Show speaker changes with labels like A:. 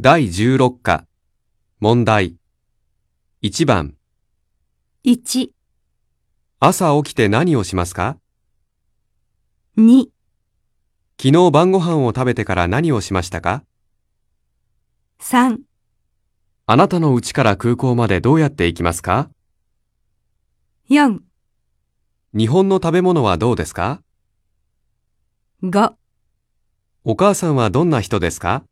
A: 第16課、問題。1番、
B: 1、
A: 朝起きて何をしますか
B: 2、
A: 昨日晩ご飯を食べてから何をしましたか
B: 3、
A: あなたの家から空港までどうやって行きますか
B: 4、
A: 日本の食べ物はどうですか
B: 5。
A: お母さんはどんな人ですか